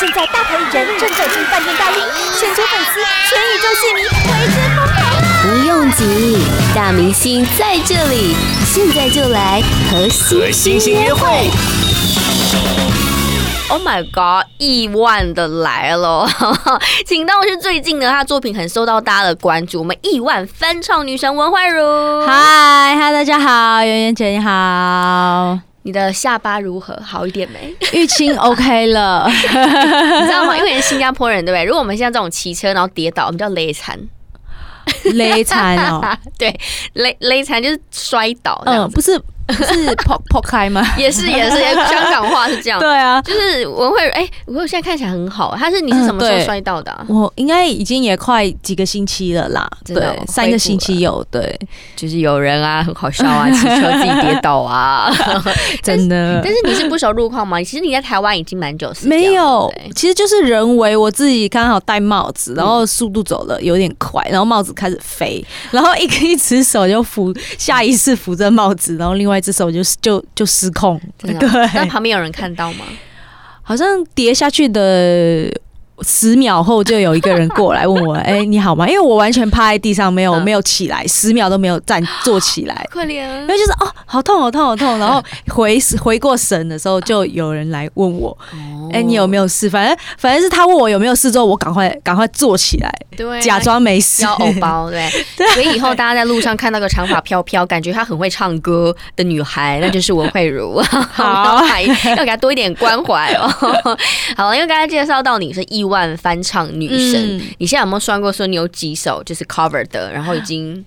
现在大牌艺人正走进饭店大厅，全球粉丝、全宇宙戏迷为之疯狂啊！不用急，大明星在这里，现在就来和和星星星约会。 Oh my god！亿万的来了， 请到的是最近呢，她作品很受到大家的关注，我们亿万翻唱女神文慧茹。嗨嗨，大家好，圆圆姐你好，你的下巴如何？好一点没？ 玉清 OK 了，你知道吗？因为你是新加坡人，对不对？如果我们现在这种骑车然后跌倒，我们叫勒残。累惨哦， 对，勒勒残就是摔倒这样嗯，子。不是不是破破开吗？也是也是， 香港话是这样。对啊，就是是文慧茹，哎、文慧茹现在看起来很好，啊她是你是什么时嗯候对摔到的、啊？我应该已经也快几个星期了啦，真的哦对，三个星期有，对，就是有人啊，很好笑啊，骑车自己跌倒 啊。真的 但是你是不熟路况吗？其实你在台湾已经蛮久时间了没有嗯对不，对其实就是人为，我自己刚好戴帽子，然后速度走了有点快，然后帽子开始飞，然后一个一只手就扶，下意识扶着帽子，然后另外一只手就就就失控，真的哦。那对，啊旁边有人看到吗？好像跌下去的。十秒后就有一个人过来问我：“哎、你好吗？”因为我完全趴在地上，没有嗯没有起来，十秒都没有站坐起 来，可怜然后就是哦，好痛，好痛，好痛。然后回回过神的时候，就有人来问我：“哎、你哦有没有事？反正反正是他问我有没有事之后，我赶快赶快坐起来，对啊假装没事要。偶包对不对，所以以后大家在路上看到个长发飘飘，感觉她很会唱歌的女孩，那就是文慧 茹。好要给她多一点关怀 哦。好了，因为刚才介绍到你是亿万翻唱女神，嗯你现在有没有算过说你有几首就是 cover 的，然后已经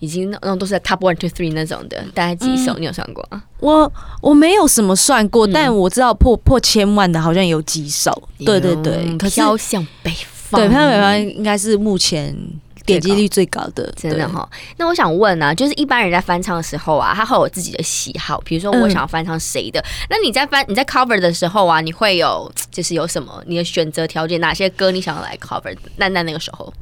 已经那种都是在 top one two three 那种的，大概几嗯首你有算过啊？ 我我没有什么算过，嗯但我知道破破千万的好像有几首。对对对，嗯可是飘向北方，对潘美芳应该是目前点击率最高的，真的对哈、那我想问啊，就是一般人在翻唱的时候啊，他会有自己的喜好，比如说我嗯想要翻唱谁的。那你在翻你在 cover 的时候啊，你会有就是有什么你的选择条件？哪些歌你想要来 cover？那那那个时候，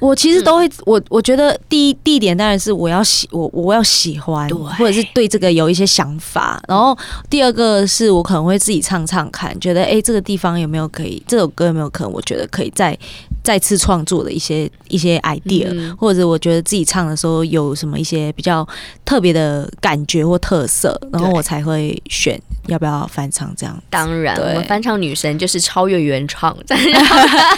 我其实嗯都会，我我觉得第一第一点当然是我要喜我我要喜欢，对或者是对这个有一些想法。然后第二个是我可能会自己唱唱看，觉得诶这个地方有没有可以，这首歌有没有可能我觉得可以再再次创作的一些一些 idea，、嗯或者我觉得自己唱的时候有什么一些比较特别的感觉或特色，然后对我才会选要不要翻唱这样。 当然对我们翻唱女神就是超越原创，真的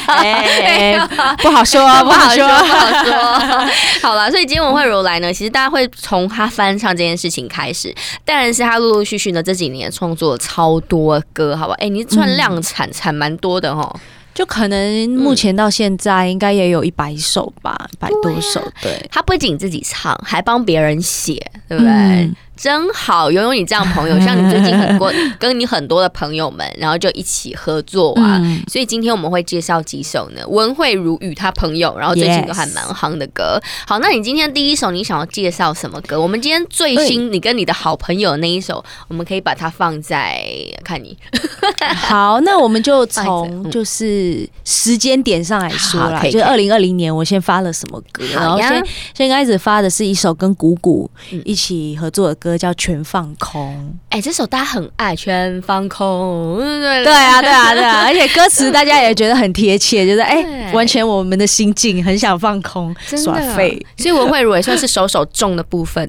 哎、不好说、不不好好说，说。啊不好说。 好了，所以今天文慧如来呢，其实大家会从她翻唱这件事情开始，当然是她陆陆续续呢这几年创作了超多歌，好吧？哎、你嗯算量产、产蛮多的哦。就可能嗯目前到现在应该也有一百首吧，一百多首，对。他不仅自己唱，还帮别人写，对不对？嗯真好，拥有你这样 朋友，像你最近很多跟你很多的朋友们，然后就一起合作啊。嗯所以今天我们会介绍几首呢，文慧茹与她朋友，然后最近 Yes 都还蛮夯的歌。好，那你今天第一首你想要介绍什么歌？我们今天最新你跟你的好朋友那一首，我们可以把它放在看你好，那我们就不好意 思从嗯就是时间点上来说好啦，可以就是可二零二零年我先发了什么歌，然好后呀先先开始发的是一首跟谷谷嗯一起合作的歌，叫《全放空》。哎、这首大家很爱，全放空，对不对对啊，对啊，对啊， 而且歌词大家也觉得很贴切，就是哎、对完全我们的心境，很想放空真的耍废， 所以文慧茹也算是首首重的部分，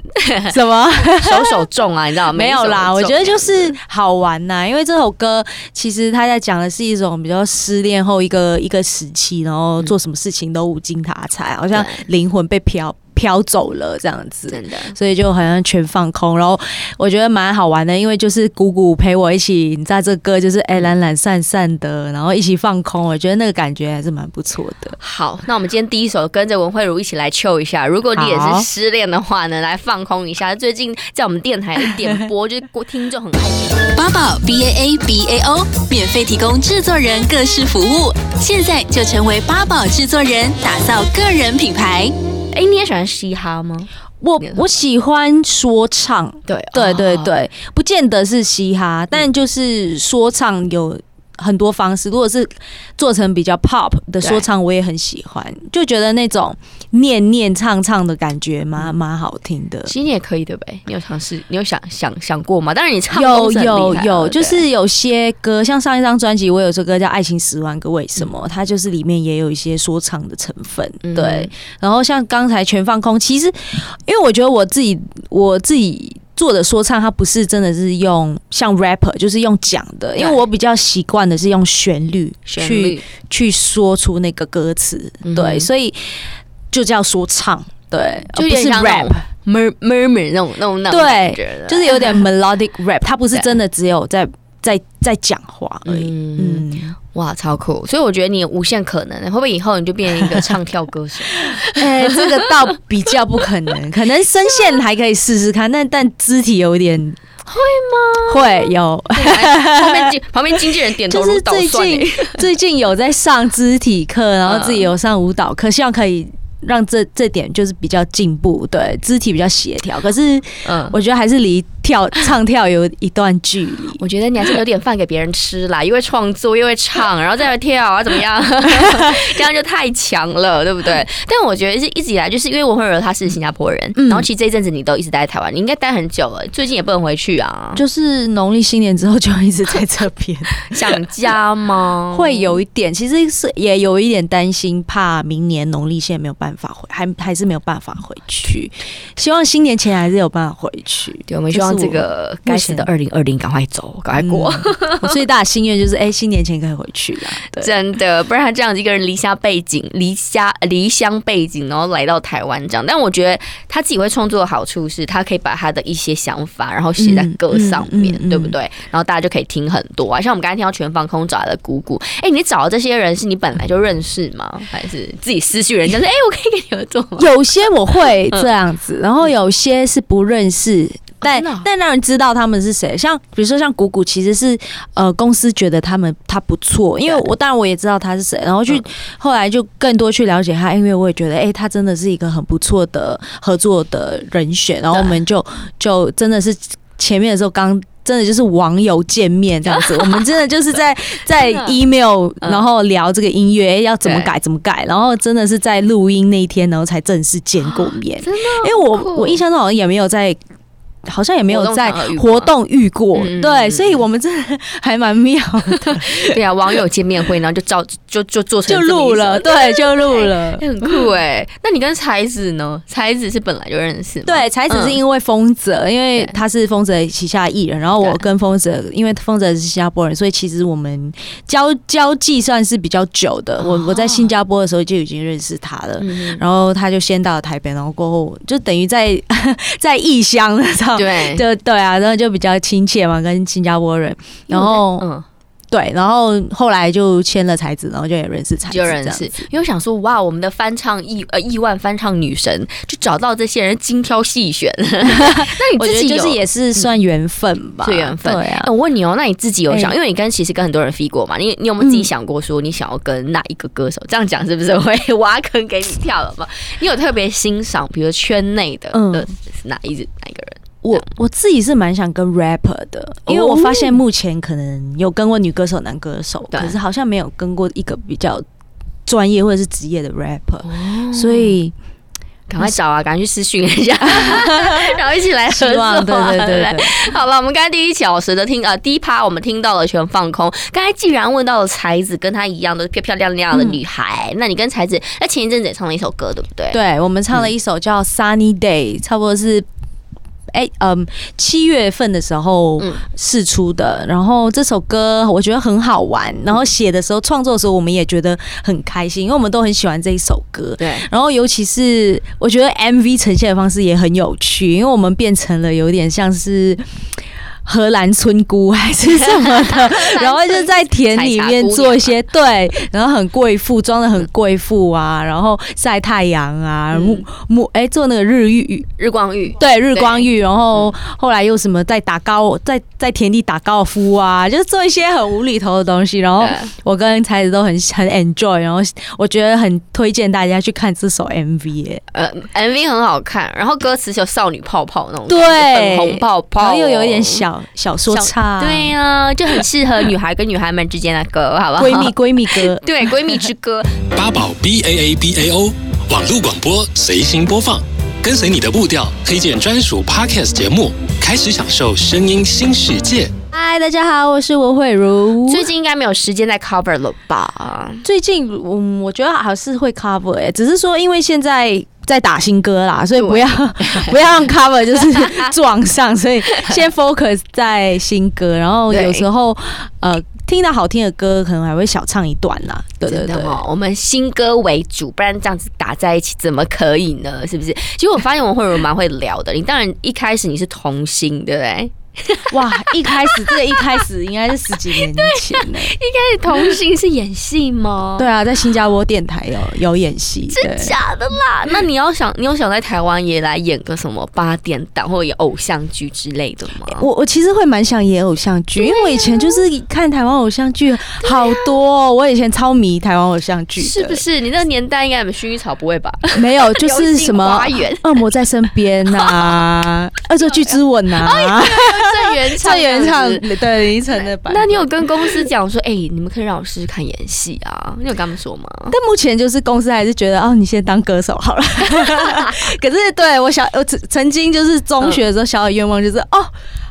什么？手手重啊，你知 道吗？没有啦，每我一首都重觉得就是好玩呐、因为这首歌其实他在讲的是一种比较失恋后一个一个时期，然后嗯做什么事情都无精打采，好像灵魂被飘飘走了这样子。真的。所以就好像全放空，然后我觉得蛮好玩的，因为就是姑姑陪我一起，你知道这歌就是哎懒懒散散的，然后一起放空，我觉得那个感觉还是蛮不错的。好，那我们今天第一首跟着文慧茹一起来 chill 一下。如果你也是好失恋的话呢，来放空一下。最近在我们电台有点播，就是听众很爱听。八宝 B A A B A O 免费提供制作人各式服务，现在就成为八宝制作人，打造个人品牌。哎、你也喜欢嘻哈吗？我我喜欢说哦唱，对哦对对，对，不见得是嘻哈，但就是说唱有很多方式。如果是做成比较 pop 的对说唱，我也很喜欢，就觉得那种念念唱唱的感觉蛮蛮好听的。其实你也可以对不对？你有尝试，你有想想想过吗？当然你唱有功是很有厉害有，了就对是有些歌，像上一张专辑，我有首歌叫《爱情十万个为什么》，它就是里面也有一些说唱的成分，嗯对。然后像刚才全放空，其实因为我觉得我自己我自己。做的说唱，它不是真的是用像 rapper，就是用讲的，因为对我比较习惯的是用旋律旋去律去说出那个歌词，嗯对，哼所以就叫说唱，对，就而不有点是像那 rap，种 mur murmur 那种那种那种对感觉的，就是有点 melodic rap，它不是 对真的只有在在在讲话而已。嗯，嗯，哇，超酷！所以我觉得你有无限可能，会不会以后你就变成一个唱跳歌 手？哎、这个倒比较不可 能，可能声线还可以试试看，但但肢体有点会吗？会 有，哎旁边经旁边经纪人点头就如是捣最蒜欸近最近有在上肢体课，然后自己有上舞蹈课，希望可以让这这点就是比较进步，对，肢体比较协调。可是嗯，我觉得还是离跳唱跳有一段距离。我觉得你还是留点饭给别人吃啦，又会创作，又会唱，然后再来跳啊，怎么 样？这样就太强了，对不对？但我觉得是一直以来，就是因为文慧柔她是新加坡人，嗯然后其实这一阵子你都一直待在台湾，你应该待很久了，最近也不能回去啊， 就是农历新年之后就一直在这边，想家吗？会有一点，其实是也有一点担心，怕明年农历现在没有办法回，还还是没有办法回去。希望新年前还是有办法回去。对，我们希望这个 该死的二零二零赶快走，赶快过，嗯 我最大的心愿就是，哎、新年前可以回去啦。对，真的，不然他这样一个人离家背景、离家呃离乡背景，然后来到台湾这样。但我觉得他自己会创作的好处是，他可以把他的一些想法，然后写在歌上面，嗯嗯嗯嗯对不对？然后大家就可以听很多啊。像我们刚才听到全防空找来的姑姑，哎、你找的这些人是你本来就认识吗？ 还是自己私讯人家说，哎、我可以跟你合作吗？有些我会这样子，然后有些是不认识。但真嗯的哦但让人知道他们是谁，像比如说像谷谷，其实是呃公司觉得他们他不错，因为我当然我也知道他是谁，然后去、嗯后来就更多去了解他，因为我也觉得哎、诶他真的是一个很不错的合作的人选，然后我们就就真的是前面的时候刚真的就是网友见面这样子，我们真的就是在在真的 email，嗯然后聊这个音乐、诶要怎么对改怎么改，然后真的是在录音那一天，然后才正式见过面。 真的因 哦，为我酷我印象中好像也没有在，好像也没有在活动遇过，嗯嗯嗯对，嗯所以我们真的 还蛮妙，对啊，网友见面会，然后就照就就做成就这么录一首了，对，就录了。欸很酷哎、那你跟才子呢？才子是本来就认识吗？对，才子是因为丰泽，因为嗯对他是丰泽旗下艺人，然后我对跟丰泽，因为丰泽是新加坡人，所以其实我们交交际算是比较久的。我哦我在新加坡的时候就已经认识他了，嗯，然后他就先到了台北，然后过后就等于在 在异乡，你知道吗？对，就对啊，然后就比较亲切嘛，跟新加坡人。然后、嗯，对，然后后来就签了才子，然后就也认识才子，就认识。，因为我想说，哇，我们的翻唱亿呃亿万翻唱女神，就找到这些人精挑细 选。那你我自觉己得有就是也是算缘分吧，是缘分对啊哎。我问你哦，那你自己有想，哎因为你跟其实跟很多人 f 过嘛，你你有没有自己想过说你想要跟哪一个歌手？这样讲是不是会 挖坑给你跳了嘛？你有特别欣赏，比如圈内的嗯的哪一哪一个人？我我自己是蛮想跟 rapper 的，因为我发现目前可能有跟过女歌手、男歌手，哦对可是好像没有跟过一个比较专业或者是职业的 rapper，、所哦以赶快找啊，赶快去私讯一 下，然后一起来合希作、啊。望对对 对对。好了，我们刚才第一小时的听呃第一趴，我们听到了全放空。刚才既然问到了才子，跟她一样都是漂漂亮亮的女孩，那你跟才子那前一阵子也唱了一首歌，对不对？嗯对，我们唱了一首叫《Sunny Day》，差不多是。哎，嗯，七月份的时候嗯试出的，然后这首歌我觉得很好玩，然后写的时候、创作的时候，我们也觉得很开心，因为我们都很喜欢这一首歌。对然后尤其是我觉得 MV 呈现的方式也很有趣，因为我们变成了有点像是。荷兰村姑还是什么的，然后就在田里面做一些对，然后很贵妇，装的很贵妇啊，然后晒太阳啊，沐沐哎做那个日浴日光浴。对嗯日光浴，然后后来又什么在打高在在田地打高尔夫啊，就是做一些很无厘头的东西。然后对我跟才子都很很 enjoy，然后我觉得很推荐大家去看这首 MV 耶、呃，MV 很好看，然后歌词有少女泡泡那种，对粉红泡泡、然后又有一点，小小小说差，对呀、就很适合女孩跟女孩们之间的歌，好不好？，闺蜜闺蜜歌对闺蜜之歌，八宝 B A A B A O 网络广播随心播放，跟随你的步调，推荐专属 Podcast 节目，开始享受声音新世界。 嗨，大家好，我是文慧茹。最近应该没有时间再 cover 了吧？最近，嗯，我觉得还是会 cover，、欸、只是说因为现在在打新歌啦，所以不要 不要让 cover 就是撞上，所以先 focus 在新歌，然后对有时候呃听到好听的歌，可能还会小唱一段啦。对对真对的，哦，我们新歌为主，不然这样子打在一起怎么可以呢？是不是？其实我发现我们慧茹蛮会聊的，你当然一开始你是童星，对不对？哇，一开始这个一开始应该是十几年前 呢、一开始童星是演戏吗？对。啊，在新加坡电台有有演戏，对真。假的啦？那你要想，你有想在台湾也来演个什么八点档或者演偶像剧之类的吗？我我其实会蛮想演偶像剧，因为我以前就是啊看台湾偶像剧好多、哦，我以前超迷台湾偶像剧的，是不是？你那个年代应该有薰衣草不会吧？ 没有，就是什流星么 花园恶魔在身边 呐，恶作剧之吻 呐，郑元畅，这原哎唱这样子对林依晨的版。那你有跟公司讲说，哎、你们可以让我试试看演戏啊？你有跟他们说吗？但目前就是公司还是觉得哦，你先当歌手好了。 可是对我小我曾曾经就是中学的时候小小愿望就是哦，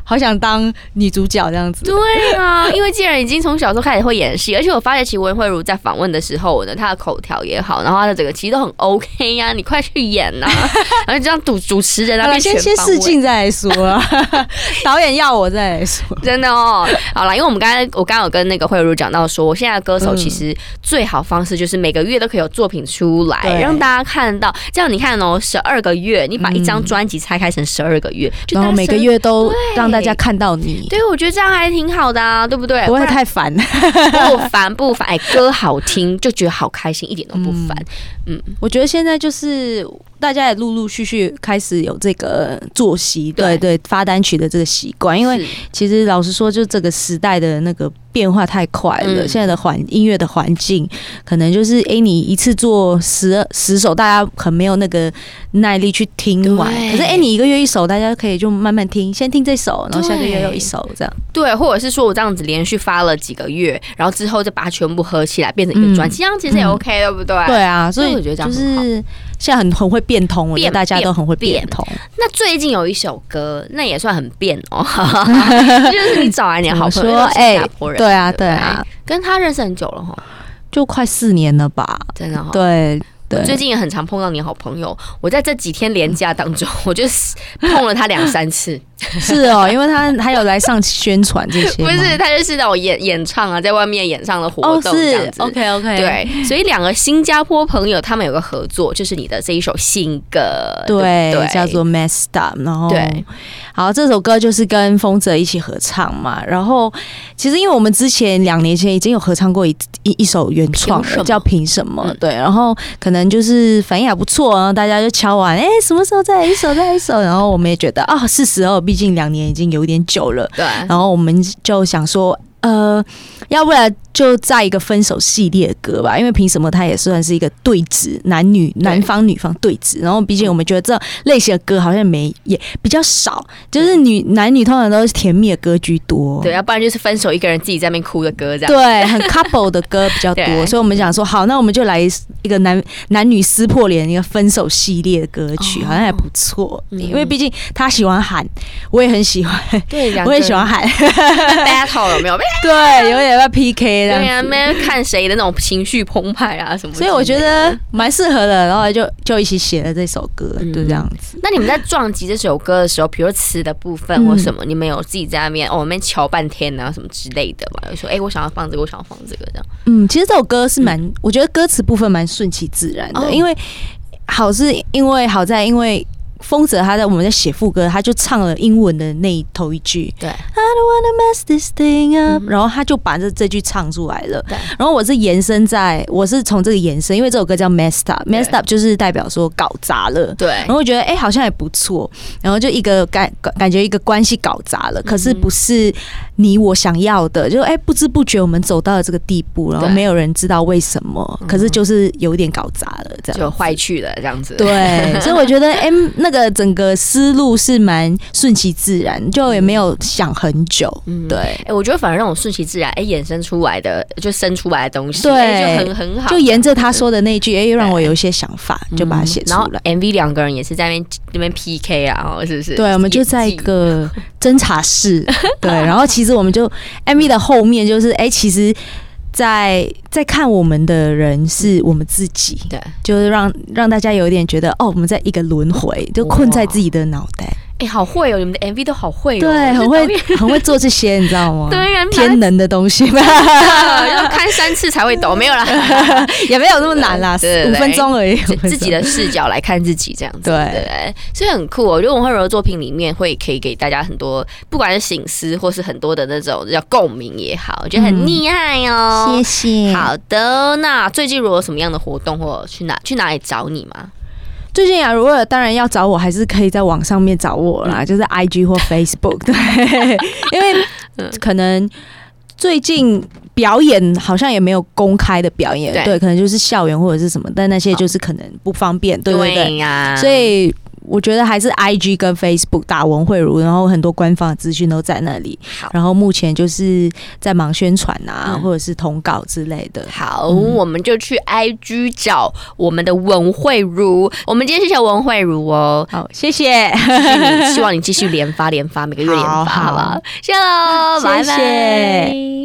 好想当女主角这样子。 对啊，因为既然已经从小时候开始会演戏，而且我发现其实文慧茹在访问的时候呢，她的口条也好，然后她的整个其实都很 OK 啊呀、你快去演呐、 然后就这样主主持人那好 了，边先先试镜再来说 啊，导演要我再来说。真的哦，好啦，因为我们刚才我刚刚有跟那个慧茹讲到说，我现在的歌手其实最好方式就是每个月都可以有作品出来，对让大家看到。这样你看哦，十二个月，你把一张专辑拆开成十二个月，就嗯然后大家每个生。月都对让大家看到你，对，我觉得这样还挺好的啊，对不对？不会然太烦。不烦不 烦，哎，歌好听就觉得好开心，一点都不烦。嗯我觉得现在就是大家也陆陆续续开始有这个作息，对对对，发单曲的这个习惯。因为是其实老实说，就这个时代的那个变化太快了，嗯现在的环音乐的环境，可能就是诶，你一次做十十首，大家很没有那个耐力去听完。对可是诶，你一个月一首，大家可以就慢慢听，先听这首，然后下个月又一首这样。对，或者是说我这样子连续发了几个月，然后之后再把它全部合起来变成一个嗯专辑，这样其实也嗯 OK，、对不对？对啊，所所以以我觉得这样就很好是现在很很会变通，我觉得变大家都很会变变通。那最近有一首歌，那也算很变哦， 就是你找来你的好朋怎友么说都是新加坡人，对啊不对啊，跟他认识很久了哈，就快四年了吧？真的哈。对对， 最近也很常碰到你好朋友，我在这几天连假当中， 我就是碰了他两 三次，是哦，因为他还有来上宣传这些不吗，是他就是在我演演唱啊，在外面演唱的活哦，动这样是子。 OK OK，对，所以两个新加坡朋友他们有个合作，就是你的这一首新歌，对，不对叫做 Messed Up，然后对，好，这首歌就是跟风泽一起合唱嘛。然后其实因为我们之前两年前已经有合唱过一一一首原创凭什么了，叫《凭什么》嗯对，然后可能就是反应还不错，然后大家就敲完，哎、什么时候再来一首，再来一首？然后我们也觉得啊、是时候，毕竟两年已经有点久了。对，然后我们就想说，呃，要不然就在一个分手系列的歌吧，因为凭什么它也算是一个对峙，男女男方女方对峙。然后毕竟我们觉得这类型的歌好像没也比较少，就是女男女通常都是甜蜜的歌居多。对，要不然就是分手一个人自己在那边哭的歌这样。对，很 couple 的歌比较对多，所以我们想说，好，那我们就来一个男男女撕破脸一个分手系列的歌曲，好像还不错。嗯因为毕竟他喜欢喊，我也很喜欢，对，两个我也喜人欢喊， battle 有没有？对，有点要 PK 这样啊对子呀、啊，那边看谁的那种情绪澎湃啊什么之所类的。以我觉得蛮适合的，然后就就一起写了这首歌，嗯就这样子。那你们在撞击这首歌的时候，比如词的部分嗯或什么，你们有自己在那边哦，那边瞧半天啊什么之类的嘛？有说哎、我想要放这个，我想要放这个这样。嗯，其实这首歌是蛮，我觉得歌词部分蛮顺其自然的，哦因为好是因为好在因为。风泽他在我们在写副歌，他就唱了英文的那一头一句对，I don't wanna mess this thing up，、嗯然后他就把这这句唱出来了对。然后我是延伸在，我是从这个延伸，因为这首歌叫 messed up，messed up 就是代表说搞砸了，对然，后我觉得哎、诶好像也不错，然后就一个感感感觉一个关系搞砸了，可是嗯不是你我想要的，就哎、诶不知不觉我们走到了这个地步，然后对嗯没有人知道为什么，可是就是有点搞砸了这样。就坏去了这样子。 对，所以我觉得，哎、那个整个思路是蛮顺其自然，就也没嗯有想很久。对，哎、我觉得反而让我顺其自然，哎、衍生出来的就生出来的东西，对哎就很很好，嗯就沿着他说的那句，哎，又让我有一些想法，就把它写出然后来。 MV 两个人也是在那边那边 PK 啊，哦是不是？对，我们就在一演技个侦查 室，对，然后其实我们就 MV 的后面就是，哎、其实在在看我们的人是我们自己，对。就是让让大家有一点觉得，哦，我们在一个轮回，就困在自己的脑袋，哎、好会哦！你们的 MV 都好会哦，对，是很导演会很会做这些，你知道吗？ 对然后天能的东 西吧，的，要看三次才会懂，没有 啦，也没有那么难啦，对对五分钟而已，自5分钟自己的视角来看自己这样子，对对不对，所以很酷、哦。我觉得文慧柔的作品里面会可以给大家很多，不管是醒思或是很多的那种叫共鸣也好，我嗯觉得很厉害哦。谢谢。好的，那最近如果有什么样的活动或去哪去哪里找你吗？最近啊，如果当然要找我，还是可以在网上面找我嗯啦，就是 IG 或 Facebook，对， 因为可能最近表演好像也没有公开的表演，对对，可能就是校园或者是什么，但那些就是可能不方便，对对对，呀、所以。我觉得还是 I G 跟 Facebook 打文慧茹，然后很多官方的资讯都在那里好。然后目前就是在忙宣传啊，嗯或者是通告之类的。好，我们就去 IG 找我们的文慧茹。我们今天谢谢文慧茹 哦，好，谢谢，嗯希望你继续连发连发，每个月连发好好好不好？谢喽，拜谢拜。谢